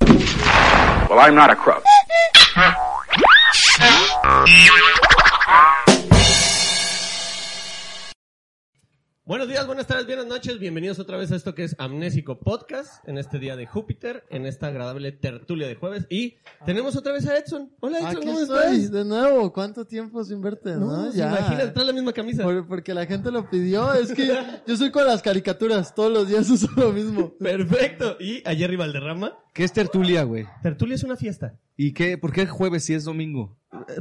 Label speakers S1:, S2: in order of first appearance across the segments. S1: Well, I'm not a crook.
S2: Buenos días, buenas tardes, buenas noches, bienvenidos otra vez a esto que es Amnésico Podcast, en este día de Júpiter, en esta agradable tertulia de jueves, y tenemos otra vez a Edson. Hola Edson,
S3: Aquí
S2: ¿cómo
S3: estoy,
S2: estás?
S3: Ah, de nuevo. ¿Cuánto tiempo sin verte? No,
S2: No, se
S3: ya.
S2: imagina, trae la misma camisa.
S3: Por- porque la gente lo pidió. Es que yo soy con las caricaturas. Todos los días uso lo mismo.
S2: Perfecto, y a Jerry Valderrama.
S4: ¿Qué es tertulia, güey?
S2: Tertulia es una fiesta. eh,
S4: ¿Y qué? ¿Por qué jueves si es domingo?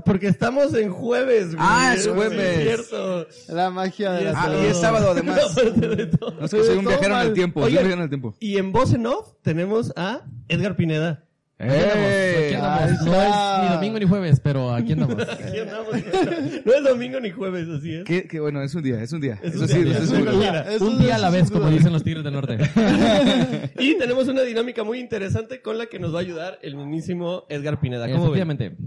S2: Porque estamos en jueves, güey.
S4: Ah, es
S2: Sí,
S4: jueves.
S2: cierto.
S3: La magia de la
S4: Ah, y es sábado, además.
S2: Aparte de todo.
S4: No, es que soy un
S2: Todo
S4: viajero en el
S2: mal.
S4: tiempo, soy un
S2: Oigan,
S4: viajero en el tiempo.
S2: Y en voz en off tenemos a Edgar Pineda.
S4: ¡Eh!
S3: Ah, ahí está.
S5: ni jueves, pero aquí andamos.
S3: Eh.
S2: Aquí andamos. no es domingo ni jueves, así es.
S4: ¿Qué, qué bueno, es un día, es un día.
S2: Es
S4: Eso
S2: un
S4: sí,
S2: día,
S4: lo
S2: es
S4: estoy
S2: un
S4: seguro.
S2: día.
S3: Eso
S5: un día a
S3: es-
S5: la vez, como dicen los Tigres del Norte.
S2: Y tenemos una dinámica muy interesante con la que nos va a ayudar el mismísimo Edgar Pineda. ¿Cómo ven?
S5: Efectivamente.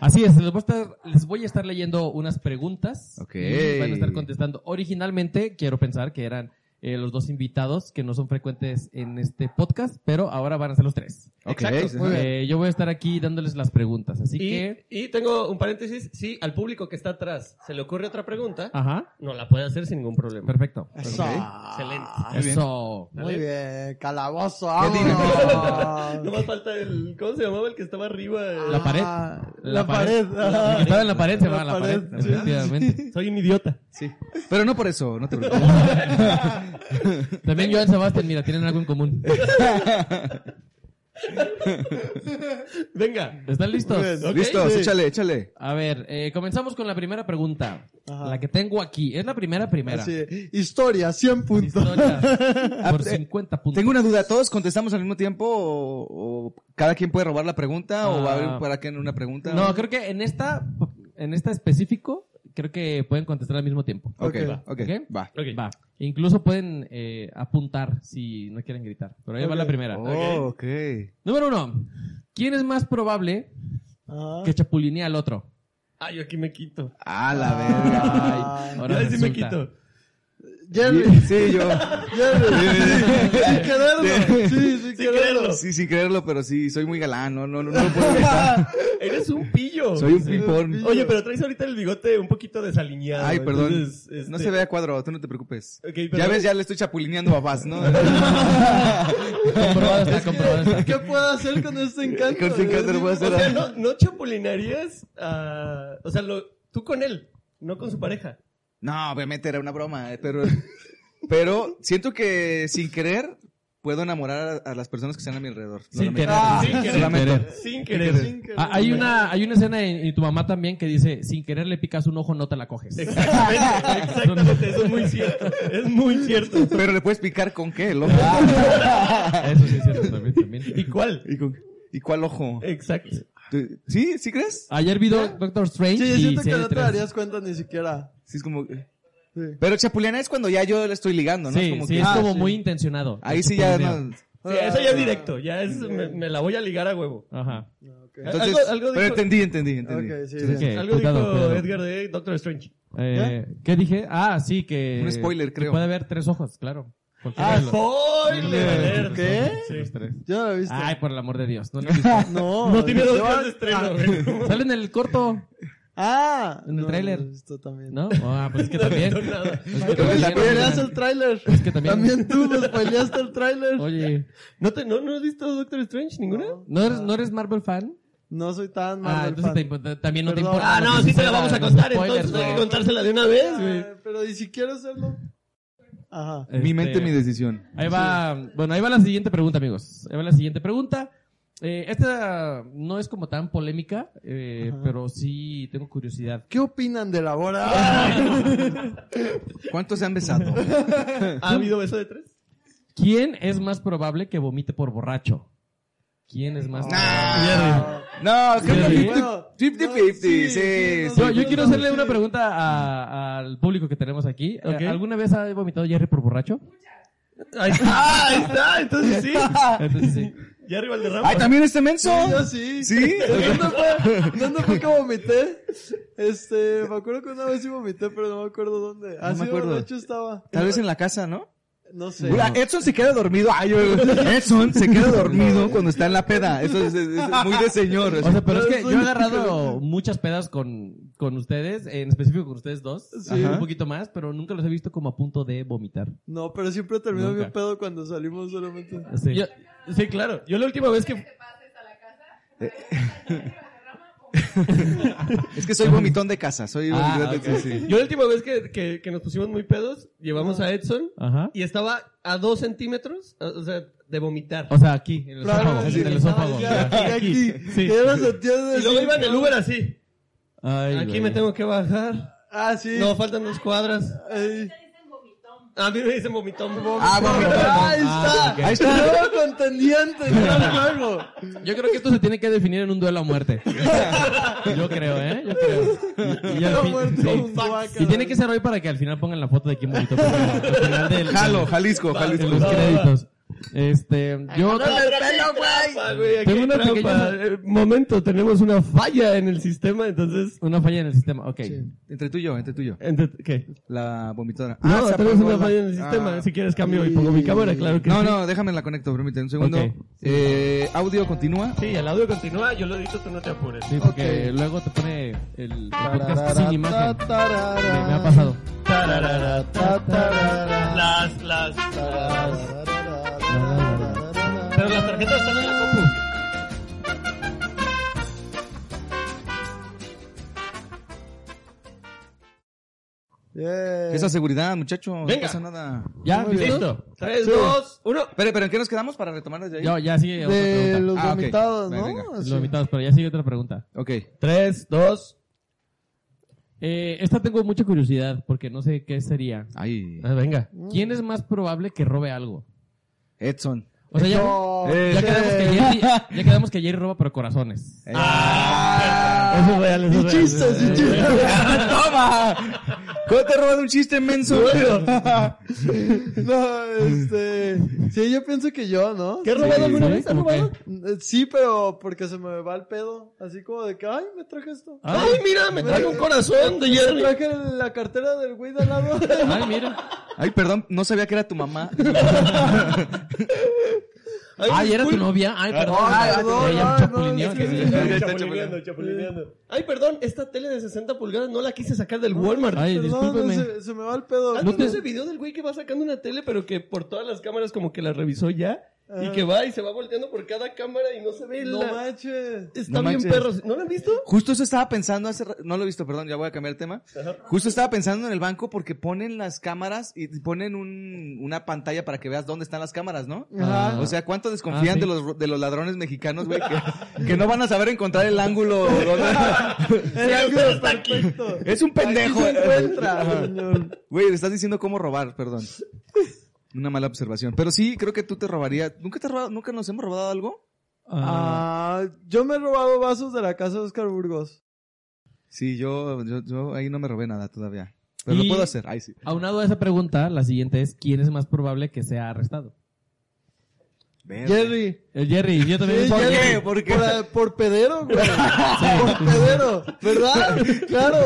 S5: Así es, les voy, a estar, les voy a estar leyendo unas preguntas.
S4: Ok.
S5: Y Van a estar contestando. Originalmente, quiero pensar que eran eh, los dos invitados que no son frecuentes en este podcast, pero ahora van a ser los tres.
S4: Ok,
S6: pues.
S2: Exacto.
S4: muy bien.
S5: Eh, yo voy a estar aquí dándoles las preguntas, así
S2: Y,
S5: que...
S2: y tengo un paréntesis. Si al público que está atrás se le ocurre otra pregunta,
S5: Ajá,
S2: no la puede hacer sin ningún problema.
S5: Ah. perfecto.
S3: Eso. Ah,
S2: Excelente.
S4: Muy bien.
S5: Eso.
S3: Muy bien. Calabozo.
S4: Qué dinámico.
S2: No
S3: vámonos.
S2: más falta el. ¿Cómo se llamaba el que estaba arriba? El-
S5: La pared.
S3: Ah,
S5: La
S3: la pared.
S5: El que estaba en la pared se
S3: La
S5: va a la
S3: pared,
S5: pared,
S3: sí.
S5: efectivamente.
S2: Soy un idiota.
S4: Sí. Pero no por eso, no te preocupes.
S5: También Joan Sebastián, mira, tienen algo en común.
S2: Venga.
S5: ¿Están listos?
S4: Pues,
S3: Bueno. Ok,
S4: Listos,
S3: sí.
S4: échale, échale.
S5: A ver, eh, comenzamos con la primera pregunta.
S3: Ajá.
S5: La que tengo aquí. Es la primera primera.
S3: Así, Historia, 100 puntos.
S5: Historia. por
S4: eh,
S5: 50 puntos.
S4: Tengo una duda, ¿todos contestamos al mismo tiempo o, o cada quien puede robar la pregunta o va a
S5: Ah.
S4: haber para que en una pregunta?
S5: No, creo que en esta, en esta específico, creo que pueden contestar al mismo tiempo.
S4: Ok,
S3: Ok,
S4: va, ok,
S5: ¿Ok?
S4: va.
S2: Ok.
S5: Va. Incluso pueden eh, apuntar si no quieren gritar. Pero ahí va
S3: Ok.
S5: la primera.
S4: Oh, ok.
S5: Número uno. ¿Quién es más probable
S3: Ajá.
S5: que chapulinee al otro?
S2: Ah, yo aquí me quito.
S4: Ah, la verga.
S3: Ah.
S5: Ay, ahora
S2: yo sí me
S5: resulta.
S2: quito.
S3: Jerry,
S4: Sí, yo.
S3: Jerry. Sin quererlo. Sí, sin
S2: Sin creerlo.
S3: quererlo.
S4: Sí, sin creerlo, pero sí, soy muy galán, no, no, no, no lo puedo
S2: Eres un pillo.
S4: Soy un pipón.
S2: Oye, pero traes ahorita el bigote un poquito desaliñado.
S4: Ay, perdón.
S2: entonces, este-
S4: No se vea cuadro, tú no te preocupes.
S2: Ok, pero- este
S4: Ya ves, ya le estoy chapulineando papás, ¿no?
S5: Comprobado está, comprobado está.
S3: ¿Qué puedo hacer con este encanto?
S4: Con sin cáncer voy a hacer
S2: O sea,
S4: algo.
S2: no, no chapulinarías a... O sea, lo- tú con él, no con su pareja.
S4: No, obviamente era una broma, eh, pero, pero siento que sin querer puedo enamorar a, a las personas que están a mi alrededor. Lo
S5: Sin
S4: lamento.
S5: querer.
S3: Ah,
S2: sin
S4: lo
S2: querer.
S4: lamento.
S2: Sin querer.
S5: Ah, hay una hay una escena en, en tu mamá también que dice sin querer le picas un ojo no te la coges
S2: Exactamente, exactamente, eso es muy cierto. Es muy cierto.
S4: Pero le puedes picar con qué, el ojo.
S5: Ah. eso sí es cierto también, también.
S2: ¿Y cuál?
S4: ¿Y, con- y cuál ojo?
S2: Exacto.
S4: ¿Tú- ¿Sí? ¿Sí
S2: Ah.
S4: crees?
S5: ayer vi Do- Doctor Strange
S3: Sí, yo
S5: y
S3: siento que no te
S5: CN3.
S3: darías cuenta ni siquiera.
S4: Sí, es como... que-
S3: Sí.
S4: Pero chapulinear es cuando ya yo le estoy ligando, ¿no?
S5: sí
S4: es como
S5: sí
S4: que-
S5: es
S4: Ah,
S5: como
S4: sí.
S5: muy intencionado
S4: Ahí sí ya... No,
S2: Sí, eso ya es directo, ya es... Me, me la voy a ligar a huevo.
S5: ajá
S3: Ok.
S4: entonces,
S2: Algo- algo
S4: pero
S2: dijo-
S4: entendí, entendí, entendí.
S3: Ah, Ok, sí,
S4: Sí,
S3: bien.
S4: sí.
S5: Ok,
S2: Algo
S5: cuidado,
S2: dijo
S5: cuidado.
S2: Edgar de Doctor Strange.
S5: Eh, ¿qué dije? ah sí que
S4: Un spoiler, creo.
S5: que puede haber tres ojos claro Cualquiera
S3: Ah,
S5: de los-
S2: ¡Spoiler!
S5: los-
S3: ¿Qué?
S5: los tres.
S3: Yo no lo he visto.
S5: ay por el amor de Dios Ah, no lo he visto.
S3: no.
S2: No tiene dos
S3: yo-
S2: días de estreno, güey.
S5: sale en el corto
S3: Ah,
S5: En el
S3: no,
S5: tráiler.
S3: no lo he visto también.
S5: no ah pues es que también
S2: No, nada.
S5: es que
S3: Pero
S5: también-
S3: me spoileaste el tráiler.
S5: Es que también-
S3: También tú me spoileaste el tráiler.
S5: oye
S2: ¿No, te, no, ¿No has visto Doctor Strange ninguna?
S5: no eres no eres Marvel fan
S3: No soy tan
S5: Ah,
S3: Marvel
S5: entonces
S3: fan.
S5: te impo- también no
S3: Perdón.
S5: te importa.
S2: Ah, no,
S5: lo
S2: sí te
S5: que
S2: la
S5: suceda,
S2: vamos a
S5: los
S2: contar,
S5: spoilers,
S2: entonces hay que
S5: ¿no?
S2: contársela de una vez, güey.
S3: Ah, Pero ni siquiera hacerlo. Ajá.
S5: Este,
S4: Mi mente, mi decisión.
S5: Ahí va, bueno, ahí va la siguiente pregunta, amigos. Ahí va la siguiente pregunta. Eh, esta no es como tan polémica, eh,
S3: Ajá.
S5: pero sí tengo curiosidad.
S3: ¿Qué opinan de la boda?
S4: ¿Cuántos se han besado?
S2: Ah, ¿Ha habido beso de tres?
S5: ¿Quién es más probable que vomite por borracho? ¿Quién es más
S4: No, creo
S5: Sí.
S4: que 50-50, sí, sí.
S5: Yo, yo quiero hacerle una pregunta a- al público que tenemos aquí. Eh,
S2: Ok.
S5: ¿Alguna vez ha vomitado Jerry por borracho?
S2: Ahí está, ahí está, entonces sí. Ah,
S5: Entonces, sí.
S2: Ya arriba el derrama.
S4: Ay, también este menso.
S3: Yo sí.
S4: Sí.
S3: ¿Dónde fue, ¿Dónde fue que vomité? Este, me acuerdo que una vez sí vomité, pero no me acuerdo dónde. Así
S4: me acuerdo.
S3: de hecho estaba.
S4: Tal vez en la casa, ¿no?
S3: No sé.
S4: Mira, Edson se queda dormido. Ay, yo- Edson se queda dormido cuando está en la peda. Eso es, es- es muy de señor.
S5: O sea, pero es que yo he agarrado muchas pedas con, con ustedes, en específico con ustedes dos, Ajá. un poquito más, pero nunca los he visto como a punto de vomitar.
S3: No, pero siempre terminó
S5: Nunca.
S3: bien pedo cuando salimos solamente.
S5: Sí.
S2: Yo- sí, claro. Yo la última vez que.
S4: es que soy vomitón de casa. Soy
S5: Ah,
S4: vomitón de
S5: ok.
S4: sí, sí.
S2: Yo la última vez que, que, que nos pusimos muy pedos, llevamos a Edson
S5: Ajá.
S2: y estaba a dos centímetros, o sea, de vomitar.
S5: O sea, aquí, en el
S3: Claro,
S5: esófago.
S3: sí.
S5: En el esófago.
S3: Estaba ya
S2: Aquí,
S3: aquí.
S2: sí.
S3: Ya lo sentía desde-
S2: Y luego iba en el Uber así.
S5: Ay,
S2: Aquí
S5: güey.
S2: me tengo que bajar.
S3: Ah, sí.
S2: No, faltan dos cuadras.
S3: Ay.
S2: A mí me dicen vomitón.
S4: Ah, vomitón.
S3: Ahí
S2: Ah,
S3: está.
S4: Ahí está.
S3: Nuevo contendiente. nuevo juego.
S5: Yo creo que esto se tiene que definir en un duelo a muerte. Yo creo, ¿eh? Yo creo. Y, y al
S3: Yo
S5: fin-
S3: muerto
S5: sí.
S3: un guácala.
S5: Y tiene que ser hoy para que al final pongan la foto de quién vomitó. porque Al final del...
S4: Jalo, Jalisco,
S5: En
S4: Jalisco.
S5: los créditos. Este, yo... Tengo una pequeña-
S2: eh, Momento, tenemos una falla en el sistema, entonces...
S5: Una falla en el sistema, ok.
S4: Entre tú y yo, entre tú y yo.
S2: ente- ¿Qué?
S4: La vomitona. Ah,
S2: No,
S4: se
S2: tenemos
S4: apagó
S2: una
S4: la-
S2: falla en el sistema.
S4: Ah.
S2: Si quieres cambio y pongo mi cámara, claro que
S4: No,
S2: sí.
S4: no, déjame la conecto, permíteme un segundo.
S5: Ok.
S4: Eh, audio continúa.
S2: Sí, el audio continúa, yo lo he dicho, tú no te apures.
S5: Sí, porque luego te pone el, el podcast sin imagen. Me, me ha pasado.
S2: Tararara, Las, las... Pero las tarjetas están en la compu.
S4: Esa seguridad, muchacho. No
S2: Venga.
S4: pasa nada.
S5: ¿Ya? ¿Listo?
S2: Listo. Tres, dos, uno.
S4: Pero, pero ¿en qué nos quedamos para retomar desde ahí?
S5: Ya, ya sigue otra
S3: De
S5: pregunta.
S3: los
S4: Ah, ok.
S3: vomitados,
S4: Venga,
S3: ¿no?
S4: venga.
S5: Los
S3: Así.
S5: vomitados, pero ya sigue otra pregunta.
S4: Ok.
S2: Tres, dos.
S5: Eh, esta tengo mucha curiosidad porque no sé qué sería.
S4: Ahí.
S5: Ah, venga. ¿Quién es más probable que robe algo?
S4: Edson.
S5: O sea, ya,
S3: No,
S5: ya quedamos que
S3: eh,
S5: Jerry, ya quedamos que Jerry roba pero corazones.
S4: Ah,
S2: Eso es real, Eh. eso
S3: y
S2: es real.
S3: chistes, y chistes.
S4: ¡Toma! ¿Cómo te robas un chiste menso?
S3: No, este. Sí, yo pienso que yo, ¿no?
S2: ¿Qué has robado alguna
S5: ¿sí?
S2: vez? ¿Has
S5: ¿Cómo
S2: robado?
S5: qué?
S3: Eh, Sí, pero porque se me va el pedo. Así como de que, ay, me traje esto.
S5: Ay,
S2: Ay, mira, me trae un corazón de
S3: Me
S2: Jerry.
S3: traje la cartera del güey de al lado.
S5: ay, mira.
S4: Ay, perdón, no sabía que era tu mamá.
S5: Ay, era tu
S2: disculpa.
S5: novia. Ay, perdón.
S3: Ah, ay, perdón,
S5: Ella
S3: ay,
S5: chapulineó.
S3: no, es que
S5: que-
S3: sí.
S2: Chapulineando, chapulineando. Ay, perdón, esta tele de 60 pulgadas no la quise sacar del Walmart.
S5: Ay,
S3: Perdón,
S5: discúlpeme.
S3: se, se me va el pedo.
S2: ¿Has visto ese video del güey que va sacando una tele, pero que por todas las cámaras como que la revisó ya? Y que va y se va volteando por cada cámara y no se ve
S3: No
S2: la-
S3: manches.
S2: Está
S4: No
S2: bien
S4: manches.
S2: perros. ¿No lo han visto?
S4: Justo eso estaba pensando hace... ra- No lo he visto, perdón, ya voy a cambiar el tema. Justo estaba pensando en el banco porque ponen las cámaras y ponen un, una pantalla para que veas dónde están las cámaras, ¿no?
S3: Ajá.
S4: O sea, ¿cuánto desconfían
S5: Ah, sí.
S4: de, los, ro- de los ladrones mexicanos, güey? Que, que no van a saber encontrar el ángulo. donde-
S3: El ángulo perfecto.
S4: es un pendejo.
S3: Aquí se encuentra,
S4: Ajá.
S3: señor.
S4: Güey, le estás diciendo cómo robar, perdón. Una mala observación. Pero sí, creo que tú te robarías. ¿Nunca te has robado- nunca nos hemos robado algo?
S5: Ah,
S3: Ah, yo me he robado vasos de la casa de Oscar Burgos.
S4: Sí, yo, yo, yo ahí no me robé nada todavía. Pero
S5: Y-
S4: lo puedo hacer, ahí sí.
S5: aunado a esa pregunta, la siguiente es ¿quién es más probable que sea arrestado?
S3: Jerry.
S5: El Jerry, yo también.
S3: Sí,
S5: digo
S3: Jerry.
S5: Jerry.
S4: ¿Por qué?
S3: Por, eh, por pedero, güey. Por pedero. ¿Verdad? Claro.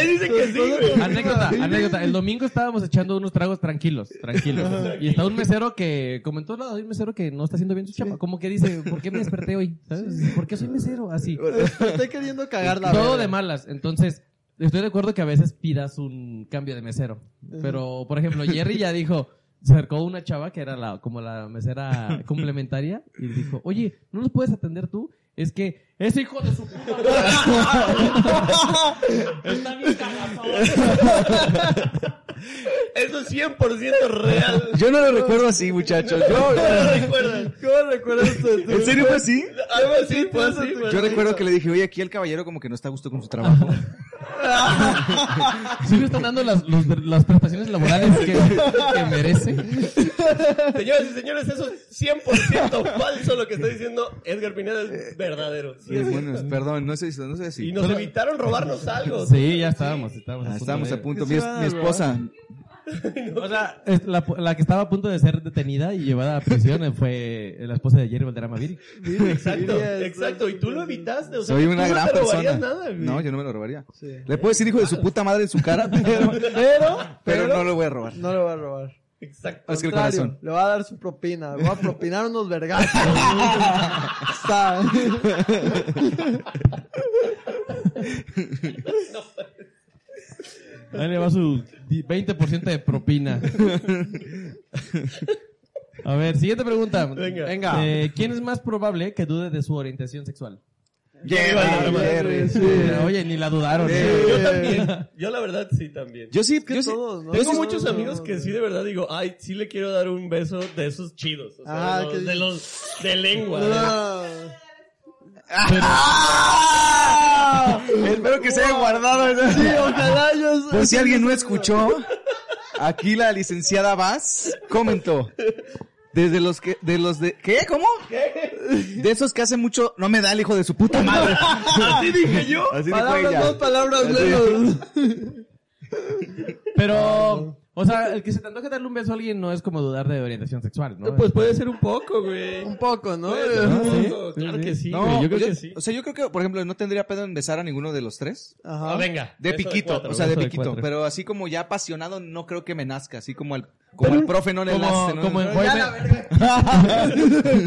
S2: Ahí dice que sí, güey.
S5: Anécdota, anécdota. El domingo estábamos echando unos tragos tranquilos, tranquilos. Y está un mesero que, como en todos lados, hay un mesero que no está haciendo bien su chapa. Como que dice, ¿por qué me desperté hoy? ¿Sabes? ¿Por qué soy mesero? Así.
S3: Estoy queriendo cagar la
S5: Todo
S3: verga.
S5: de malas. Entonces, estoy de acuerdo que a veces pidas un cambio de mesero. Pero, por ejemplo, Jerry ya dijo, se acercó una chava que era la, como la mesera complementaria y dijo, oye, ¿no nos puedes atender tú? Es que Ese hijo de su puta madre. Está bien cagazón.
S2: Eso es 100% real.
S4: Yo no lo recuerdo así, muchachos. Yo,
S2: ¿Cómo lo recuerdas?
S3: ¿Cómo recuerdas esto?
S4: ¿En serio fue así?
S2: Algo así, pues así. pues,
S4: Yo
S2: así.
S4: recuerdo que le dije, oye, aquí el caballero como que no está a gusto con su trabajo.
S5: Sí me están dando las, los- las prestaciones laborales que, que merece.
S2: Señoras y señores, eso es 100% falso lo que está diciendo Edgar Pineda.
S4: Eh,
S2: Es verdadero.
S4: Demonios, perdón, no sé, no sé
S2: Y
S4: así.
S2: nos evitaron robarnos algo.
S5: Sí, ya estábamos. Estábamos
S4: Ah,
S5: punto
S4: estábamos
S5: de-
S4: a punto.
S3: ¿Qué
S4: Mi,
S3: se va,
S4: mi esposa,
S5: O sea, es la, la que estaba a punto de ser detenida y llevada a prisión fue la esposa de Jerry Valderrama Viri.
S2: Exacto, exacto. Y tú lo evitaste. O sea,
S4: soy
S2: que
S4: una
S2: tú
S4: gran
S2: no te robarías
S4: persona.
S2: Nada, güey.
S4: no, yo no me lo robaría.
S3: Sí.
S4: Le puedo decir hijo de su puta madre en su cara, pero,
S3: Pero,
S4: pero no lo voy a robar.
S3: no lo va a robar.
S2: Exacto.
S4: Es que el
S3: Contrario,
S4: corazón.
S3: Le va a dar su propina. Le va a propinar unos vergazos. Está.
S5: Ahí le va su di- 20% de propina. A ver, siguiente pregunta.
S2: Venga.
S5: Eh, ¿Quién es más probable que dude de su orientación sexual?
S4: Ah, Jerry.
S5: Eh, Oye, ni la dudaron. ¿eh?
S2: Yo también. Yo la verdad sí también.
S4: Yo sí, yo sí.
S3: todos, ¿no?
S2: Tengo
S3: sí-
S2: muchos
S3: no,
S2: amigos
S3: no,
S2: que
S3: no.
S2: sí de verdad digo, ay, sí le quiero dar un beso de esos chidos. O sea,
S3: Ah,
S2: de,
S3: que-
S2: los, de los de lengua.
S3: Ah. Ah,
S4: Espero que se haya guardado.
S3: Sí, ojalá yo.
S4: Por Pues si alguien no escuchó, aquí la licenciada Vaz comentó. Desde los que, de los de, ¿qué? ¿Cómo? De esos que hace mucho, no me da el hijo de su puta madre.
S2: Así dije yo.
S4: Así dijo
S3: Palabras
S4: ella.
S3: dos, palabras menos.
S5: Pero, o sea, el que se te antoje darle un beso a alguien no es como dudar de orientación sexual, ¿no?
S2: Pues puede ser un poco, güey.
S3: Un poco, ¿no?
S2: Puede ser un
S5: ¿Sí?
S2: poco, Claro que sí,
S4: No, pues
S2: güey. Yo creo
S4: yo-
S2: que sí.
S4: O sea, yo creo que, por ejemplo, no tendría pedo en besar a ninguno de los tres.
S2: Ah,
S3: Ajá.
S2: venga.
S4: De
S2: beso
S4: piquito,
S2: cuatro,
S4: o sea, de
S5: beso de
S4: piquito.
S5: cuatro.
S4: pero así como ya apasionado, no creo que me nazca. Así como al, como al profe no le nace.
S5: como,
S4: ¿no?
S5: como
S3: Ya
S5: en Five
S3: la
S5: Ma-
S3: verga.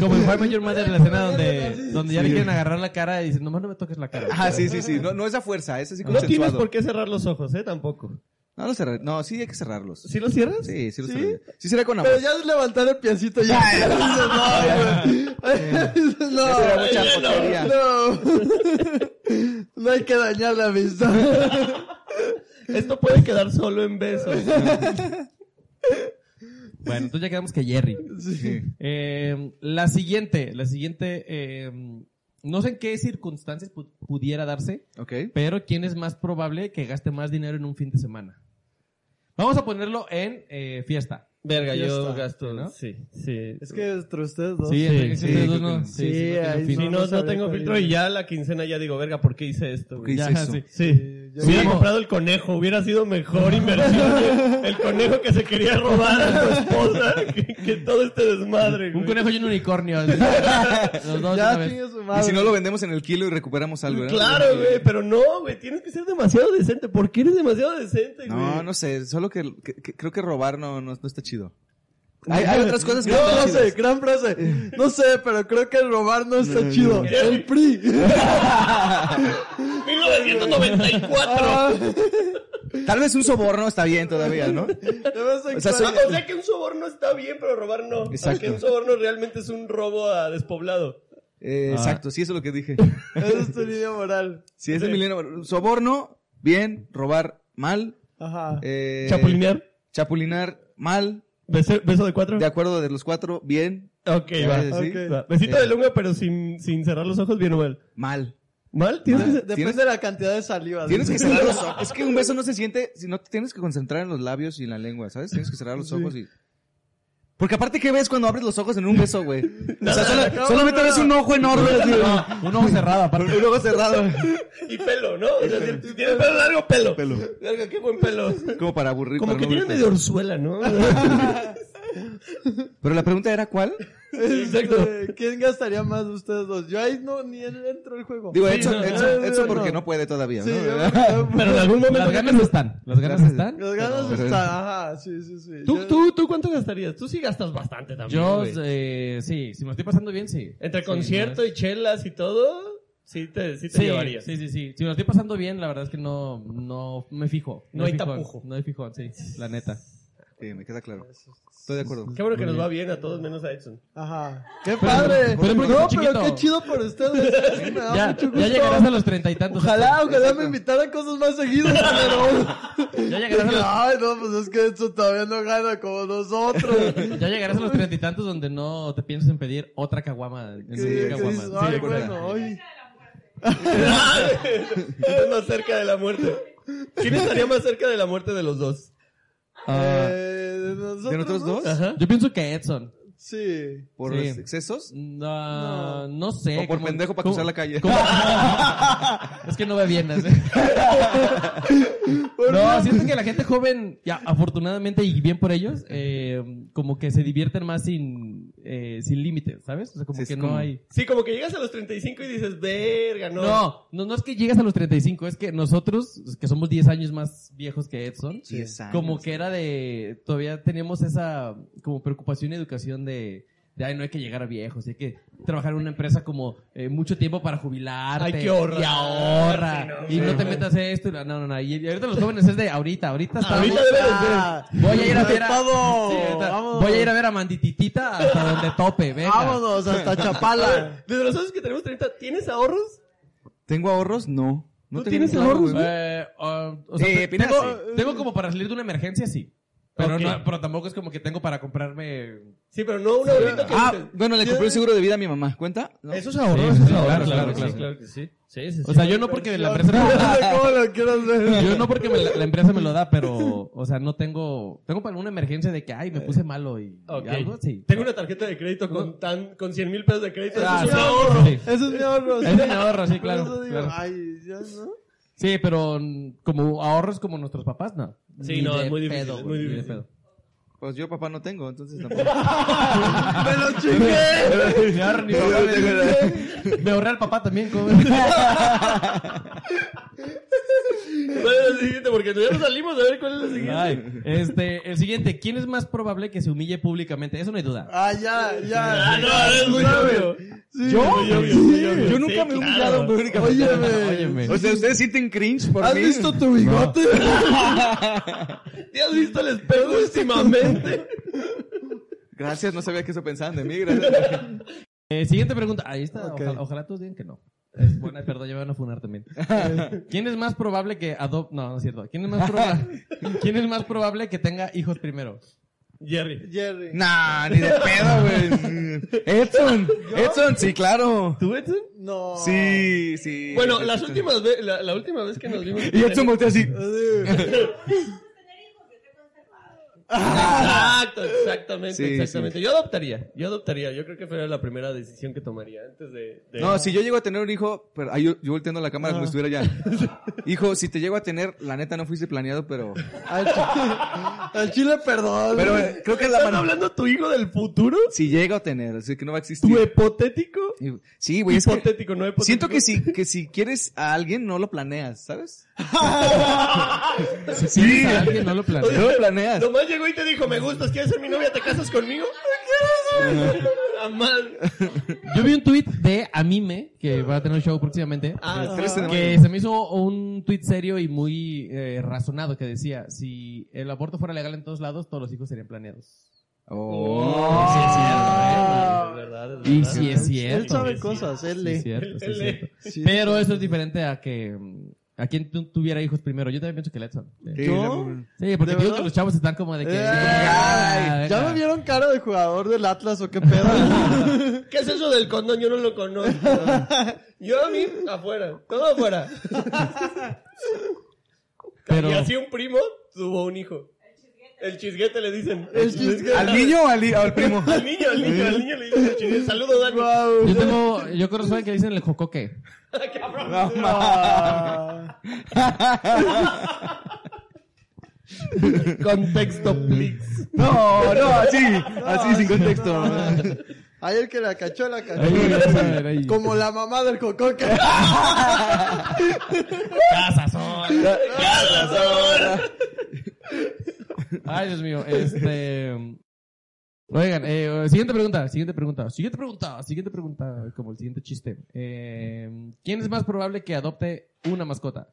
S5: como en Five Major Mother, la escena donde, donde ya le quieren agarrar la cara y dicen, nomás no me toques la cara.
S4: Ah, sí, sí, sí. No, no es a fuerza, es así
S2: No
S4: consensuado.
S2: tienes por qué cerrar los ojos, ¿eh? Tampoco.
S4: No, lo cerrar- no, sí hay que cerrarlos.
S2: ¿Sí los cierras?
S4: Sí, sí los
S3: ¿Sí?
S4: cerraría. Sí sería con amor.
S3: Pero ya es levantar el piecito ya. Dices, no,
S4: Ya sería
S3: güey.
S4: mucha
S2: ya no.
S4: porquería.
S3: No. No hay que dañar la amistad.
S2: Esto puede quedar solo en besos.
S5: Bueno, entonces ya quedamos que Jerry. Eh, la siguiente, la siguiente, eh, no sé en qué circunstancias pu- pudiera darse,
S4: Ok.
S5: pero quién es más probable que gaste más dinero en un fin de semana. Vamos a ponerlo en eh, fiesta.
S2: Verga,
S3: Ya
S2: yo
S3: está,
S2: gasto.
S5: ¿no?
S2: Sí, sí.
S3: Es que entre ustedes dos.
S5: Sí, entre-
S2: sí,
S5: entre
S2: sí,
S5: los dos,
S4: creo que
S5: no.
S4: no.
S5: Sí,
S3: Sí,
S5: sí, no tiene
S3: ahí
S5: fin.
S2: Si no, no,
S3: No sabría
S2: tengo
S3: cuál
S2: filtro
S3: es.
S2: y ya la quincena ya digo, verga, ¿por qué hice esto?
S4: ¿Por
S2: güey?
S4: qué hice
S5: Ya,
S4: eso?
S5: Ah, sí.
S2: Sí.
S3: yo-
S2: Hubiera comprado el conejo, hubiera sido mejor inversión. el conejo que se quería robar a tu esposa que, que todo este desmadre.
S5: Un
S2: güey.
S5: conejo y un unicornio. los dos de una
S3: Ya
S5: vez.
S3: tiene su
S4: Y
S3: madre.
S4: si no lo vendemos en el kilo y recuperamos algo, ¿verdad?
S2: Claro, güey, pero no, güey, tienes que ser demasiado decente. ¿Por qué eres demasiado decente, güey?
S4: No, no sé, solo que, que- que creo que robar no, no, no está chido. Hay, hay otras cosas que
S3: No,
S4: están
S3: no sé,
S4: chidas.
S3: gran frase. No sé, pero creo que el robar no está chido. El PRI.
S2: 1994.
S3: Ah,
S4: Tal vez un soborno está bien todavía, ¿no?
S3: de vez en
S4: O sea,
S3: cuando-
S4: soy-
S2: O sea que un soborno está bien, pero robar no.
S4: Exacto.
S2: Que un soborno realmente es un robo a despoblado.
S4: Eh, Exacto, sí, eso es lo que dije.
S3: Esa es tu línea moral.
S4: Sí, ese es mi lema. Soborno, bien. Robar, mal.
S3: Ajá.
S4: Eh,
S2: Chapulinear.
S4: Chapulinar, mal.
S2: Beso, beso de cuatro.
S4: De acuerdo de los cuatro, bien.
S2: Ok, va.
S4: Eh, sí,
S3: ok.
S2: Va. Besito
S4: Eh.
S2: de lengua, pero sin, sin cerrar los ojos, bien o mal.
S4: Mal.
S2: ¿Mal? ¿Tienes que
S3: Depende
S2: ser-
S4: ¿Tienes-
S3: de la cantidad de saliva.
S4: Tienes
S3: ¿sí?
S4: que cerrar los ojos. Es que un beso no se siente si no te tienes que concentrar en los labios y en la lengua, ¿sabes? Tienes que cerrar los ojos y. Porque aparte, ¿qué ves cuando abres los ojos en un beso, güey? O sea, solo-
S3: no,
S4: solamente
S3: no,
S4: ves un ojo enorme, así,
S5: No, un ojo cerrado, aparte.
S4: un ojo cerrado.
S2: Y pelo, ¿no? O sea, si tienes pelo largo, pelo. Pelo. Largo, qué buen pelo.
S4: Como para aburrir.
S2: Como
S4: para
S2: que
S4: no
S2: tiene
S4: aburrir.
S2: medio orzuela, ¿no?
S4: Pero la pregunta era cuál.
S2: Exacto.
S3: Eh, ¿Quién gastaría más de ustedes dos? Yo ahí no, ni entro el juego.
S4: Digo,
S2: Sí,
S4: Edson,
S2: no,
S4: Edson-
S3: no,
S4: Edson
S3: no,
S4: porque
S3: no.
S4: no puede todavía.
S3: Sí,
S4: ¿no?
S3: yo- yo-
S2: Pero en algún momento.
S5: Las ganas están. Las ganas están.
S3: Las ganas
S4: Pero-
S3: están, ajá, sí, sí, sí.
S2: ¿Tú,
S3: Yo-
S2: tú, ¿Tú cuánto gastarías? Tú sí gastas bastante también.
S5: Yo,
S2: güey.
S5: eh, sí, si me estoy pasando bien, sí.
S2: Entre
S5: Sí,
S2: concierto
S5: ¿no?
S2: y chelas y todo, sí te, sí te
S5: Sí,
S2: llevarías.
S5: sí, sí, sí. Si me lo estoy pasando bien, la verdad es que no, no me fijo.
S2: No
S5: me
S2: hay
S5: fijo,
S2: tapujo.
S5: No hay fijón, sí, la neta.
S4: Sí, me queda claro. Estoy de acuerdo.
S2: Qué bueno que nos va bien a todos menos a Edson.
S3: Ajá. ¡Qué padre!
S5: pero es muy
S3: no,
S5: chiquito.
S3: pero qué chido por ustedes. Sí, Me da
S5: Ya,
S3: Ah, mucho gusto.
S5: ya llegarás a los treinta y tantos.
S3: Ojalá, ojalá me invitaran cosas más seguidas, pero...
S5: Ya llegarás a los-
S3: Ay, no, pues es que eso todavía no gana como nosotros.
S5: Ya llegarás a los treinta y tantos donde no te piensas en pedir otra caguama. En
S3: Sí,
S5: un
S3: que
S5: caguama.
S3: dices,
S5: Sí,
S3: ay,
S5: de acuerdo.
S3: bueno, ay.
S2: es más cerca de la muerte. ¿Quién estaría más cerca de la muerte de los dos?
S5: Ah,
S3: Eh, ¿de nosotros,
S4: ¿De nosotros dos?
S2: Ajá.
S5: yo pienso que Edson.
S3: Sí.
S4: ¿Por
S5: Sí.
S4: los excesos?
S5: No, no, sé.
S4: ¿O por
S5: como-
S4: pendejo para
S5: como-
S4: cruzar la calle?
S5: como- es que no ve bien. así. no, siento que la gente joven, ya, afortunadamente y bien por ellos, eh, como que se divierten más sin, eh, sin límites, ¿sabes? O sea, como
S4: Sí, es
S5: que no
S4: como-
S5: hay...
S2: Sí, como que llegas a los 35 y dices, verga, no.
S5: No, no, no es que llegas a los 35, es que nosotros, que somos 10 años más viejos que Edson,
S4: 10 años.
S5: como que era de, todavía teníamos esa como preocupación y educación de, de ay, no hay que llegar a viejos, hay que trabajar en una empresa como eh, mucho tiempo para jubilarte.
S2: Hay que ahorrar,
S5: Y ahorra.
S2: sí, no,
S5: y no
S2: sí,
S5: te
S2: no.
S5: metas esto. y la- No, no, no. Y, y ahorita los jóvenes es de ahorita, ahorita estamos...
S2: Ahorita debe de ser.
S3: Ah,
S5: Voy a ir a ver a...
S3: todo.
S5: Sí, ahorita-
S3: Vámonos.
S5: voy a ir a ver a Mandititita hasta donde tope, venga.
S3: Vámonos hasta Chapala.
S2: Desde los años que tenemos 30, ¿tienes ahorros?
S4: ¿Tengo ahorros? No.
S2: ¿No
S4: tengo
S2: tienes
S4: nada,
S2: ahorros,
S4: güey.
S5: Eh, ah, o sea,
S4: Eh,
S5: te-
S4: Pinar,
S5: tengo, tengo como para salir de una emergencia, sí. Pero,
S2: Ok.
S5: no, pero tampoco es como que tengo para comprarme...
S2: Sí, pero no un ahorrito que
S4: Ah,
S2: dices,
S4: bueno, le compré un seguro de vida a mi mamá. ¿Cuenta? No.
S2: Eso es ahorros,
S5: Sí,
S2: eso es
S5: sí,
S2: ahorros.
S5: claro, claro,
S2: que
S5: claro.
S2: Sí, claro que sí. Sí, sí, sí.
S5: O sea, yo no porque la empresa...
S3: ¿Cómo lo quieras ver?
S5: Yo no porque me la, la empresa me lo da, pero... O sea, no tengo... Tengo para una emergencia de que, ay, me puse malo y, y
S2: Ok.
S5: algo, sí.
S2: Tengo una tarjeta de crédito con, tan, con 100 mil pesos de crédito. eso
S5: Ah,
S2: es un
S5: sí.
S2: ahorro.
S5: Sí.
S3: Eso es mi ahorro.
S5: Es un ahorro, sí,
S3: Por
S5: claro,
S3: eso digo,
S5: claro.
S3: Ay, ya no.
S5: Sí, pero mm, como ahorros como nuestros papás, no.
S2: Sí,
S5: Ni
S2: no,
S5: de
S2: es muy difícil,
S5: pedo,
S2: es
S5: güey,
S2: muy
S5: ni de
S2: difícil.
S5: pedo.
S4: Pues yo papá no tengo, entonces tampoco.
S3: ¡Me lo chingué!
S5: Me ahorré, ni papá, me- me ahorré al papá también, joven.
S2: ¿Cuál es el siguiente? Porque ya no salimos a ver cuál es el siguiente.
S5: Ay, este, el siguiente, ¿quién es más probable que se humille públicamente? Eso no hay duda.
S3: Ah, ya, ya.
S2: Ah, no, es muy obvio.
S3: Sí,
S4: ¿Yo?
S3: muy obvio,
S4: Sí.
S3: muy obvio.
S4: Yo nunca me he humillado públicamente.
S3: Óyeme.
S5: Óyeme.
S4: O sea, ¿ustedes sienten cringe por
S3: ¿Has
S4: mí?
S3: visto tu bigote?
S2: ¿Te has visto el espejo últimamente?
S4: Gracias, no sabía que eso pensaban de mí. Gracias.
S5: Eh, siguiente pregunta. Ahí está.
S3: Ok.
S5: Ojalá, ojalá todos digan que no. Es buena, perdón, ya me van a funar también. ¿Quién es más probable que adopte? No, no es cierto. ¿Quién es más probable? ¿Quién es más probable que tenga hijos primero?
S2: Jerry.
S3: Jerry.
S4: nah, ni de pedo, güey. Edson. Edson, sí, claro.
S2: ¿Tú, Edson?
S3: No.
S4: Sí, sí.
S2: Bueno,
S4: Sí,
S2: las
S4: sí.
S2: últimas ve- la, la última vez que nos vimos.
S4: Y Edson voltea así.
S3: Sí.
S2: Exacto, exactamente,
S4: Sí,
S2: exactamente. Yo adoptaría, yo adoptaría. Yo creo que fue la primera decisión que tomaría antes de. de-
S4: No, si yo llego a tener un hijo, pero ahí yo, yo volteando la cámara como si estuviera ya. Hijo, si te llego a tener, la neta no fuiste planeado, pero.
S3: Al chile, al chile, perdón.
S4: Pero eh, creo que es la
S2: ¿Estás
S4: mano.
S2: hablando tu hijo del futuro?
S4: Si llego a tener, así que no va a existir.
S2: ¿Tu hipotético?
S4: Sí, güey, es que
S2: hipotético, no hipotético.
S4: siento que si, que si quieres a alguien, no lo planeas, ¿sabes?
S5: Sí. Alguien no lo planea.
S4: No lo planeas.
S2: Nomás llegó y te dijo, me gustas, ¿quieres ser mi novia? ¿Te casas conmigo? Ah, mal.
S5: Yo vi un tweet de Amime, que va a tener un show próximamente.
S2: Ah,
S4: Trece de mayo.
S5: Que se me hizo un tweet serio y muy eh, razonado que decía, si el aborto fuera legal en todos lados, todos los hijos serían planeados.
S4: Oh.
S5: ¿eh?
S2: Ah, es verdad, es
S5: Y
S2: verdad.
S5: sí es
S3: Él
S5: cierto.
S3: sabe cosas, él
S5: Sí, es
S3: lee.
S5: cierto, sí, es
S2: Él lee.
S5: cierto.
S3: Sí.
S5: Pero eso es diferente a que mm, a quien tu- tuviera hijos primero. Yo también pienso que Letson. Sí,
S3: ¿Yo?
S5: porque
S3: ¿De
S5: digo
S3: verdad?
S5: que los chavos están como de que.
S3: Ay,
S5: Ah,
S3: ¿Ya me vieron cara de jugador del Atlas o qué pedo?
S2: ¿Qué es eso del condón? Yo no lo conozco. Yo a mí, afuera. Todo afuera.
S5: Pero,
S2: Y así un primo tuvo un hijo. El chisguete le dicen.
S3: El chisguete.
S4: ¿Al niño o al, hi- al primo?
S2: Al niño, al niño, al niño le dicen el chisguete. Saludos, Dani.
S5: yo tengo. Yo conozco a alguien que le dicen el jocoque.
S2: Cabrón.
S3: Ah.
S2: Contexto, please.
S4: No, no, así, así, sin contexto.
S3: Ahí el que la cachó, la cachó.
S5: Ahí, ahí, ahí, ahí.
S3: Como la mamá del cocoque.
S5: Casazón. Ay, Dios mío. Este. Oigan, eh, siguiente pregunta, siguiente pregunta, siguiente pregunta, siguiente pregunta, como el siguiente chiste. Eh, ¿Quién es más probable que adopte una mascota?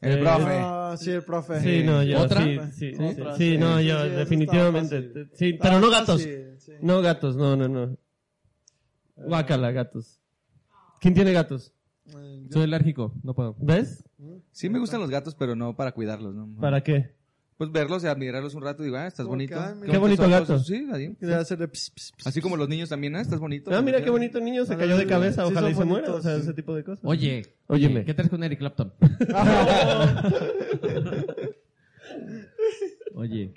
S4: El
S2: Eh,
S4: profe.
S3: Ah, sí, el profe.
S2: Sí, no, yo
S5: ¿Otra?
S2: sí, sí, sí,
S3: Otra,
S2: sí,
S3: sí,
S2: no,
S3: sí,
S2: yo
S3: sí, eso
S2: definitivamente,
S3: está fácil.
S2: sí, pero no
S3: Ah,
S2: gatos,
S3: sí, sí.
S2: no gatos, no, no, no, guácala, gatos. ¿Quién tiene gatos?
S5: Soy alérgico, no puedo.
S2: ¿Ves?
S4: Sí me gustan los gatos, pero no para cuidarlos, ¿no?
S2: ¿Para qué?
S4: Pues verlos y admirarlos un rato y digo, ah, estás
S3: Ok,
S4: bonito.
S3: mira. Qué
S4: bonitos
S2: bonito
S4: ojos.
S2: gato.
S4: Sí, ahí.
S3: Y debe hacerle pss, pss, pss.
S4: Así como los niños también, ah, estás bonito.
S2: Ah, mira qué bonito niño, se
S3: Ah,
S2: cayó de cabeza,
S3: sí,
S2: ojalá
S3: son
S2: y se muera, o
S3: bonitos,
S2: sea,
S3: sí.
S2: ese tipo de cosas.
S5: Oye,
S2: Óyeme.
S5: ¿qué traes con Eric Clapton? Oye.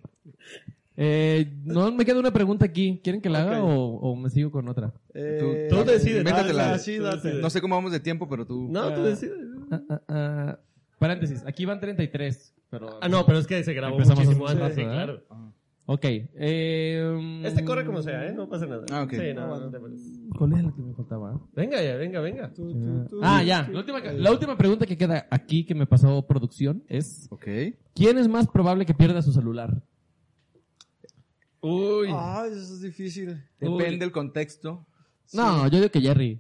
S5: Eh, no me queda una pregunta aquí. ¿Quieren que la haga
S3: Ok.
S5: o, o me sigo con otra?
S3: Eh,
S2: Tú decides.
S4: Métetela.
S2: Ah,
S3: sí,
S2: tú
S3: date.
S2: decides.
S4: No sé cómo vamos de tiempo, pero tú.
S2: No, pues, tú decides.
S5: Ah, ah, ah. Paréntesis, aquí van 33. Pero...
S2: Ah, no, pero es que se grabó
S5: Empezamos
S2: muchísimo
S5: hace un
S2: antes, sí,
S5: rato,
S2: claro.
S5: Ok. eh,
S2: Este corre como sea, ¿eh? No pasa nada.
S4: Ah, ok.
S2: Sí, no, no te preocupes.
S5: ¿Cuál es la que me faltaba?
S2: Venga ya, venga, venga.
S3: tú, tú, tú.
S5: Ah, ya. La última, la última pregunta que queda aquí que me pasó producción es:
S4: Ok.
S5: ¿Quién es más probable que pierda su celular?
S2: Uy.
S3: Ah, eso es difícil.
S4: Depende del contexto.
S5: No, yo digo que Jerry.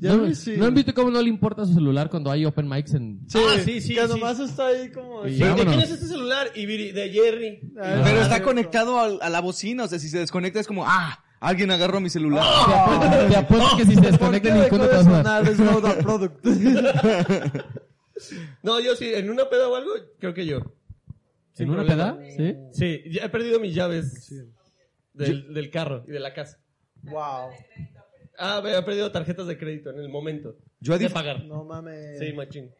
S3: Jerry
S5: no,
S3: sí.
S5: ¿No han visto cómo no le importa su celular cuando hay open mics en...
S2: Ah, sí, sí,
S3: Que
S2: sí.
S3: nomás está ahí como...
S5: Y
S2: ¿De- ¿De quién
S5: vámonos.
S2: es este celular? Y Viri- de Jerry.
S3: Ah,
S4: Pero
S3: ah,
S4: está
S3: sí.
S4: conectado al- a la bocina, o sea, si se desconecta es como, ah, alguien agarró mi celular.
S2: ¡Oh!
S5: Te apuesto, te apuesto que si se
S3: ¿Por qué
S5: desconecta
S3: dejó
S5: ninguno te
S3: de
S5: vas a dar.
S3: sonar Snowda Product?
S2: No, yo sí, en una peda o algo, creo que yo. Sin
S5: ¿En una
S2: problema.
S5: peda? ¿Sí?
S2: Sí, ya he perdido mis llaves del, del carro y de la casa.
S3: wow.
S2: Ah, ve, he perdido tarjetas de crédito en el momento.
S4: Yo a,
S2: De
S4: dif-
S2: pagar.
S3: No mames.
S2: Sí, machín.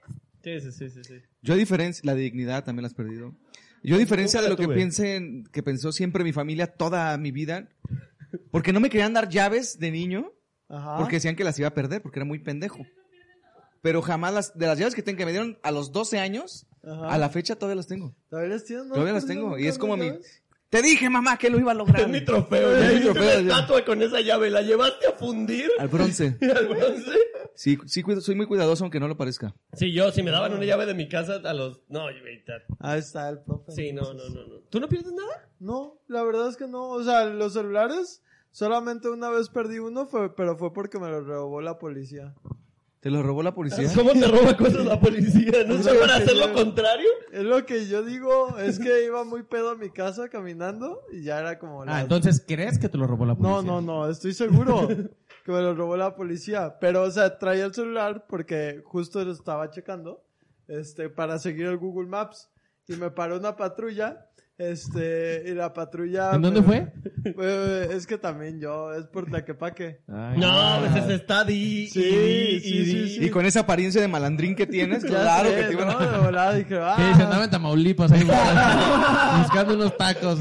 S2: Sí, sí, sí, sí. sí.
S4: yo a diferencia, la dignidad también la has perdido. Yo a diferencia
S2: Nunca
S4: de lo
S2: la
S4: que
S2: tuve.
S4: piensen, que pensó siempre mi familia toda mi vida, porque no me querían dar llaves de niño,
S2: Ah.
S3: Ajá.
S4: porque decían que las iba a perder, porque era muy pendejo. Pero jamás las, de las llaves que, tengo, que me dieron a los 12 años,
S3: Ajá.
S2: Ah.
S4: a la fecha todavía las tengo.
S3: ¿Todavía las tienes? ¿No
S4: Todavía
S3: has
S4: las
S3: perdido
S4: tengo. Y
S3: nunca,
S4: es como
S3: no,
S4: mi,
S3: llaves?
S4: te dije mamá que lo iba a lograr.
S2: Este Es mi trofeo.
S4: Es
S2: Ya
S4: mi
S2: hiciste
S4: trofeo,
S2: una
S4: ya.
S2: estatua con esa llave. ¿La llevaste a fundir?
S4: Al bronce.
S2: ¿Al bronce?
S4: Sí, sí, cuido- soy muy cuidadoso aunque no lo parezca.
S2: Sí, yo, si me daban una llave de mi casa a los... No, güey, ta-
S3: Ahí está el profe.
S2: sí, no, no, no. no. ¿Tú no pierdes nada?
S3: No, la verdad es que no. O sea, los celulares, solamente una vez perdí uno, fue, pero fue porque me lo robó la policía.
S4: ¿Te lo robó la policía?
S2: ¿Cómo te roba cosas la policía? ¿No se van a hacer lo contrario?
S3: Es lo que yo digo, es que iba muy pedo a mi casa caminando y ya era como...
S5: Ah,
S3: las-
S5: entonces, ¿crees que te lo robó la policía?
S3: No, no, no, estoy seguro que me lo robó la policía. Pero, o sea, traía el celular porque justo lo estaba checando, este, para seguir el Google Maps. Y me paró una patrulla, este, y la patrulla...
S5: ¿En dónde
S3: me-
S5: fue?
S3: Eh, es que también yo, es por Tlaquepaque.
S5: Ay,
S2: No, pues ese está di,
S3: Sí,
S2: y di,
S3: sí,
S2: y di.
S3: sí,
S4: Y con esa apariencia de malandrín que tienes,
S3: Ya
S4: claro
S3: sé,
S4: que te iban
S3: ¿no?
S4: a...
S3: De volada dije, ah,
S5: Que dice, andaba en Tamaulipas ahí buscando unos tacos.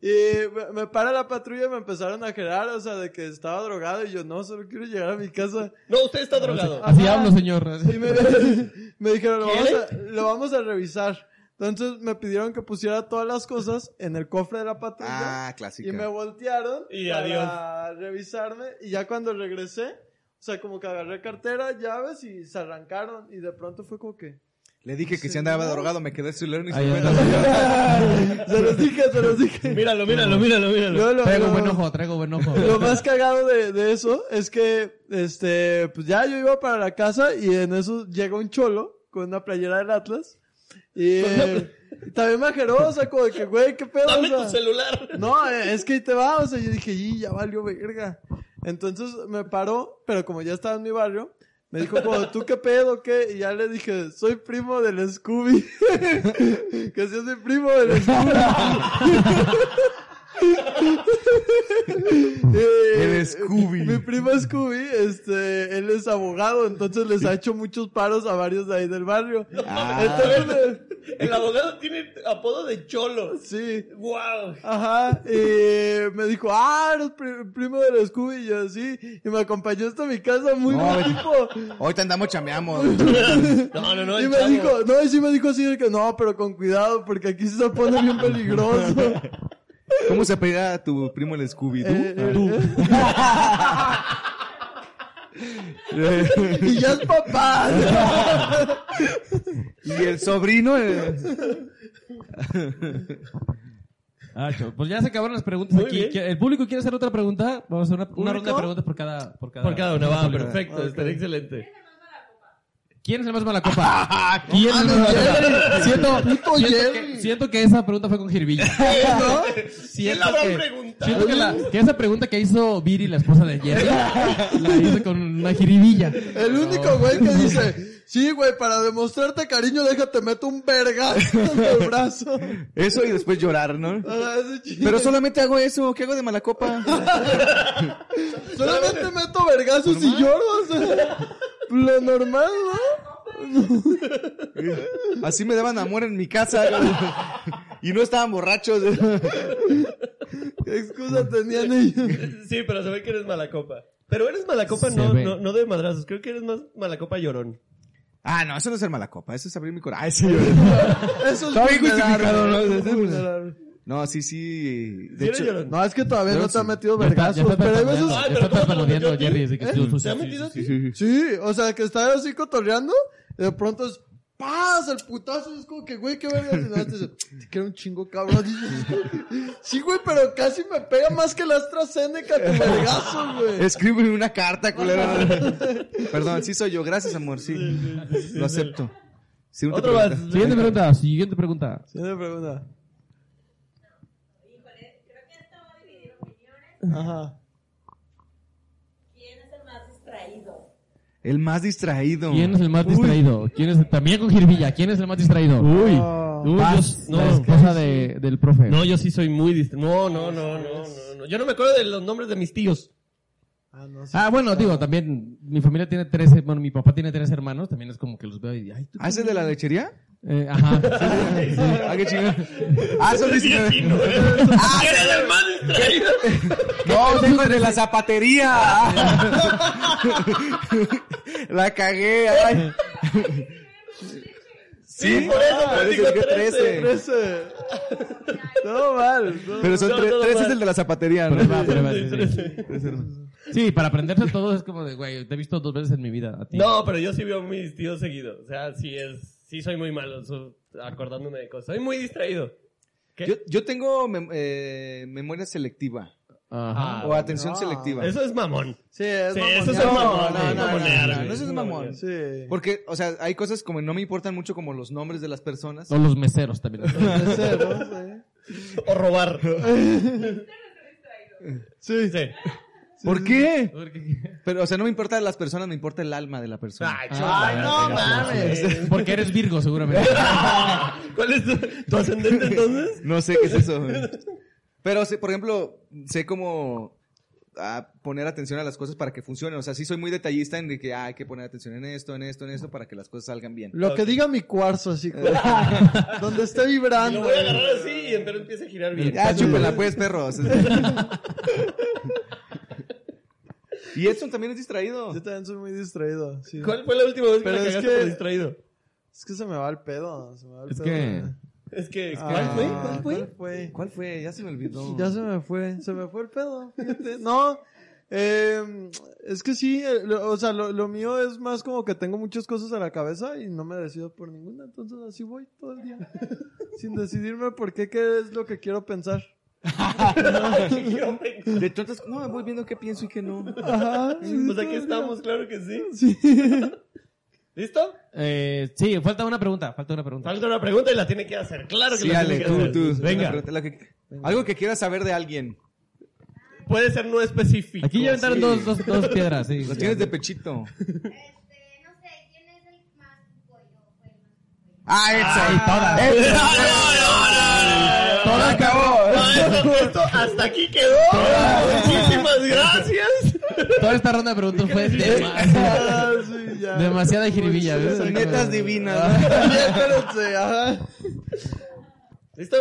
S3: Y me- me para la patrulla y me empezaron a gerar, o sea, de que estaba drogado y yo no, solo quiero llegar a mi casa.
S2: No, usted está drogado.
S3: Ah,
S5: Así hablo, señor.
S3: Y me, me dijeron, lo vamos, a, lo vamos a revisar. Entonces me pidieron que pusiera todas las cosas en el cofre de la patrulla.
S4: Ah,
S3: y
S4: clásica.
S3: me voltearon
S2: Y
S3: para revisarme. Y ya cuando regresé, o sea, como que agarré cartera, llaves y se arrancaron. Y de pronto fue como que...
S4: Le dije que si
S3: Sí.
S4: andaba drogado me quedé sin leer ni
S5: Ahí
S4: siquiera.
S3: se los dije, se los dije.
S2: Míralo, míralo, míralo, míralo.
S3: Luego lo-
S5: Traigo
S3: lo-
S5: buen ojo, traigo buen ojo.
S3: Lo más cagado de, de eso es que, este, pues ya yo iba para la casa y en eso llega un cholo con una playera del Atlas. Y eh, también majerosa, o sea, como de que, güey, qué pedo.
S2: Dame
S3: o sea.
S2: tu celular.
S3: No, eh, es que ahí te va, o sea, yo dije, y ya valió verga. Entonces me paró, pero como ya estaba en mi barrio, me dijo, como, ¿tú qué pedo, qué? Y ya le dije, soy primo del Scooby. que sí, soy primo del Scooby. Eh,
S4: El Scooby.
S3: Mi primo Scooby, este, él es abogado, entonces les ha hecho muchos paros a varios de ahí del barrio. Entonces,
S2: El abogado tiene apodo de cholo.
S3: sí.
S2: Wow.
S3: Ajá, y me dijo, ah, eres pri- primo del Scooby, y yo sí, y me acompañó hasta mi casa, muy
S4: No,
S3: buen
S4: vete.
S3: tipo.
S4: Ahorita andamos chameamos.
S2: No, no, no.
S3: y
S2: el
S3: me
S2: chavo.
S3: dijo, no, y sí me dijo así, de que no, pero con cuidado, porque aquí sí se pone bien peligroso.
S4: ¿Cómo se apellida tu primo el
S3: Eh,
S4: Scooby-Doo?
S3: eh, Eh, y ya es papá.
S4: y el sobrino... eh, el-
S5: Ah, chao. pues ya se acabaron las preguntas
S2: Muy
S5: aquí.
S2: bien.
S5: ¿Qui- ¿El público quiere hacer otra pregunta? Vamos a hacer una, una
S3: ¿Público? Ah,
S5: ronda de preguntas por cada... Por cada,
S2: Por cada una, va, perfecto. Estaría excelente.
S5: ¿Quién es el más mala copa? ¿Quién es el más mala siento, siento, que, siento que esa pregunta fue con Jirvilla.
S2: ¿Quién
S5: Siento
S2: la va a
S5: que,
S2: preguntar?
S5: siento que, la- que esa pregunta que hizo Viri, la esposa de Jerry, la hizo con una jiribilla.
S3: El único güey que dice, sí, güey, para demostrarte cariño, déjate, meto un vergazo en el brazo.
S4: Eso y después llorar, ¿no?
S3: Ah, ese chiste.
S4: Pero solamente hago eso, ¿qué hago de mala copa?
S3: Solamente meto vergazos y lloro, o sea, lo normal, ¿no?
S4: Así me daban amor en mi casa. Y no estaban borrachos.
S3: ¿Qué excusa tenían ellos?
S2: Sí, pero se ve que eres mala copa. Pero eres mala copa
S5: Se
S2: no,
S5: ve.
S2: no, no de madrazos. Creo que eres más mala copa llorón.
S4: Ah, no, eso no es ser mala copa, eso es abrir mi corazón. Ay, sí.
S3: Eso es
S4: Está bien justificado,
S3: vulnerable,
S4: ¿no?
S3: es vulnerable.
S4: No, sí, sí.
S2: Sí
S4: De
S2: eres
S4: hecho,
S2: llorón.
S3: No, es que todavía no te ha metido
S5: Ya está, ya
S3: vergazos,
S5: está
S3: pero hay veces...
S5: tartamudeando,
S2: Ay, pero
S5: ya está
S2: ¿cómo te lo
S5: tartamudeando
S2: metió a ti?
S5: Jerry, así que
S3: ¿Eh?
S5: tú- tú-
S2: ¿Se ha metido así?
S3: Sí, o sea, que está así cotorreando y de pronto es ¡Paz! El putazo es como que, güey, qué verga. Y nada, te dice, te quiero un chingo, cabrón. sí, güey, pero casi me pega más que la AstraZeneca, tu vergazo, güey.
S4: escríbeme una carta, culera. Perdón, sí soy yo. Gracias, amor, sí. Lo acepto. Sí, no te
S2: Otro
S4: preocupes.
S2: más.
S5: Siguiente pregunta, siguiente pregunta.
S3: Siguiente pregunta.
S7: Híjole, creo que esto va a dividir opiniones.
S3: Ajá.
S7: ¿Quién es el más distraído?
S4: El más distraído.
S5: ¿Quién es el más distraído? ¿Quién es el- también con Jirvilla? ¿Quién es el más distraído? Uy, Uy
S2: Vas, no,
S5: yo- la esposa de, del profe.
S2: No, yo sí soy muy distraído. No, no, no, no, no, no. Yo no me acuerdo de los nombres de mis tíos.
S3: Ah, no sé.
S5: Ah, bueno, digo, también mi familia tiene tres, bueno, mi papá tiene tres hermanos, también es como que los veo y ay, tú.
S4: ¿Ah, ese es de la lechería?
S5: Eh, ajá.
S4: Ah, qué chingón. Ah, son diecinueve.
S2: ¿Quién es el más distraído?
S4: No, tengo el de la zapatería. La cagué. ay. Sí, por eso,
S3: Ah,
S4: digo que 13.
S3: trece, trece. No mal. no.
S4: Pero son
S2: No,
S4: tre-
S2: todo
S4: tres
S2: mal.
S4: es el de la zapatería, ¿no?
S5: Prueba, prueba, sí, sí. Sí, para aprenderse todo es como de, güey, te he visto dos veces en mi vida a ti.
S2: No, pero yo sí veo a mis tíos seguido. O sea, sí es, sí soy muy malo so- acordándome de cosas. Soy muy distraído. ¿Qué?
S4: Yo, yo tengo mem- eh, memoria selectiva
S5: Ajá.
S4: o atención
S3: no.
S4: selectiva.
S2: Eso es mamón.
S3: Sí, es
S2: Sí,
S3: mamón.
S2: eso es
S3: No,
S2: el mamón.
S3: no, no, no,
S2: mamonear,
S4: no,
S2: güey.
S4: no, eso es mamón.
S2: mamonear.
S3: Sí.
S4: Porque, o sea, hay cosas como no me importan mucho como los nombres de las personas.
S5: O los meseros también.
S3: Puede ser, ¿no?
S2: O robar.
S3: Sí. Sí.
S2: Sí.
S4: ¿Por qué?
S5: Porque-
S4: Pero, o sea, no me importan las personas, me importa el alma de la persona.
S5: Ah,
S2: Ay, chaval,
S3: no
S2: qué gacho,
S3: mames.
S2: güey.
S5: pues, Porque eres Virgo, seguramente.
S2: ¿Cuál es tu, tu ascendente entonces?
S4: No sé qué es eso. güey. Pero, sé, por ejemplo, sé cómo ah, poner atención a las cosas para que funcionen. O sea, sí soy muy detallista en de que ah, hay que poner atención en esto, en esto, en esto, para que las cosas salgan bien.
S3: Lo que diga mi cuarzo, así. güey. Donde esté vibrando.
S2: Ah, Lo voy a agarrar así y entonces empieza a girar bien.
S4: Ah, chúpela pues, perros. y Edson también es distraído.
S3: Yo también soy muy distraído. Sí.
S2: ¿Cuál fue la última vez que
S3: Pero
S2: la
S3: es
S2: cagaste
S3: que-
S2: por distraído?
S3: Es que se me va el pedo. Se me va el
S5: Es
S3: pedo.
S5: que-
S2: Es que, es que-
S3: Ah,
S2: ¿cuál fue?
S3: ¿Cuál fue?
S4: ¿Cuál fue? Ya se me olvidó.
S3: Ya se me fue. Se me fue el pedo. fíjate. No. eh, es que sí. eh, lo- o sea, lo, lo mío es más como que tengo muchas cosas a la cabeza y no me decido por ninguna. Entonces así voy todo el día. sin decidirme por qué, qué es lo que quiero pensar.
S4: De tantas- no, me voy viendo qué pienso y qué no.
S3: Ajá.
S2: Pues aquí estamos, claro que sí.
S3: Sí.
S2: ¿Listo?
S5: Eh, sí, falta una pregunta, falta una pregunta.
S2: Falta una pregunta y la tiene que hacer. Claro que
S4: Sí,
S2: la
S4: Ale,
S2: tiene que
S4: tú,
S2: hacer.
S4: tú. Una
S2: Venga,
S4: pregunta, la que- algo que quieras saber de alguien.
S2: puede ser no específico.
S5: Aquí ya aventaron
S2: sí.
S5: dos, dos, dos piedras, sí.
S4: Los tienes de pechito.
S7: Este, no sé, ¿quién es el más pues, pollo?
S4: Ah, Edson. todas.
S2: No, no, no, no, no, no, no, no, esto, esto hasta aquí quedó. Muchísimas gracias.
S5: Toda esta ronda de preguntas fue demasiada,
S3: Ah, sí, ya. Pues,
S5: demasiada jiribilla. ¿ves?
S4: Netas divinas.
S3: Espérense, ajá.
S2: ¿Listo?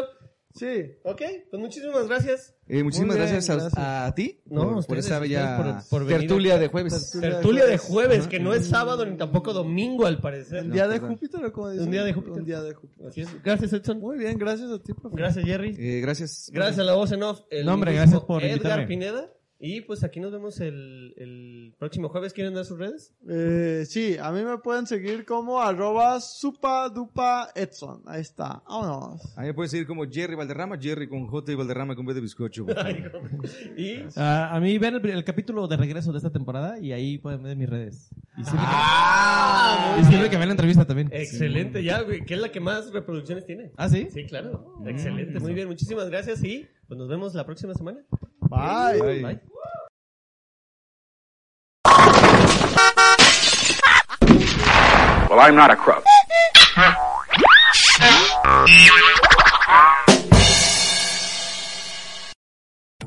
S3: Sí.
S2: Ok, pues muchísimas gracias.
S4: Eh, muchísimas
S3: Muy bien,
S4: gracias, a-
S3: gracias.
S4: A, ti
S2: No,
S4: por, por
S2: ustedes,
S4: esa bella
S2: ustedes por- por venir
S4: tertulia
S2: aquí.
S4: de jueves.
S2: Pues, Tertulia de jueves, que no es sábado ni tampoco domingo al parecer.
S3: ¿Un día de
S4: perdón.
S3: Júpiter o cómo dicen?
S2: Un día de Júpiter.
S3: Un día de Júpiter.
S2: Así es. Gracias, Edson.
S3: Muy bien, gracias a ti, profe.
S2: Gracias, Jerry.
S4: Eh, gracias.
S2: Gracias a la voz en off. El
S5: No, hombre,
S2: mismo
S5: gracias por
S2: Edgar
S5: invitarme.
S2: Pineda. Y pues aquí nos vemos el, el próximo jueves. ¿Quieren dar sus redes?
S3: Eh, sí, a mí me pueden seguir como arroba supadupa Edson. Ahí está. Vámonos.
S4: A mí me puedes seguir como Jerry Valderrama, Jerry con J y Valderrama con B de bizcocho. por favor.
S2: Y
S5: Ah, a mí ven el, el capítulo de regreso de esta temporada y ahí pueden ver mis redes. Y sirve, que, y sirve que vean la entrevista también.
S2: excelente, ya, güey, que es la que más reproducciones tiene.
S5: ¿Ah, sí?
S2: Sí, claro. Excelente, muy bien, muchísimas gracias y pues nos vemos la próxima semana.
S3: Bye.
S2: Bye.
S1: Well, I'm not a crook.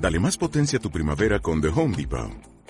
S8: Dale más potencia a tu primavera con The Home Depot.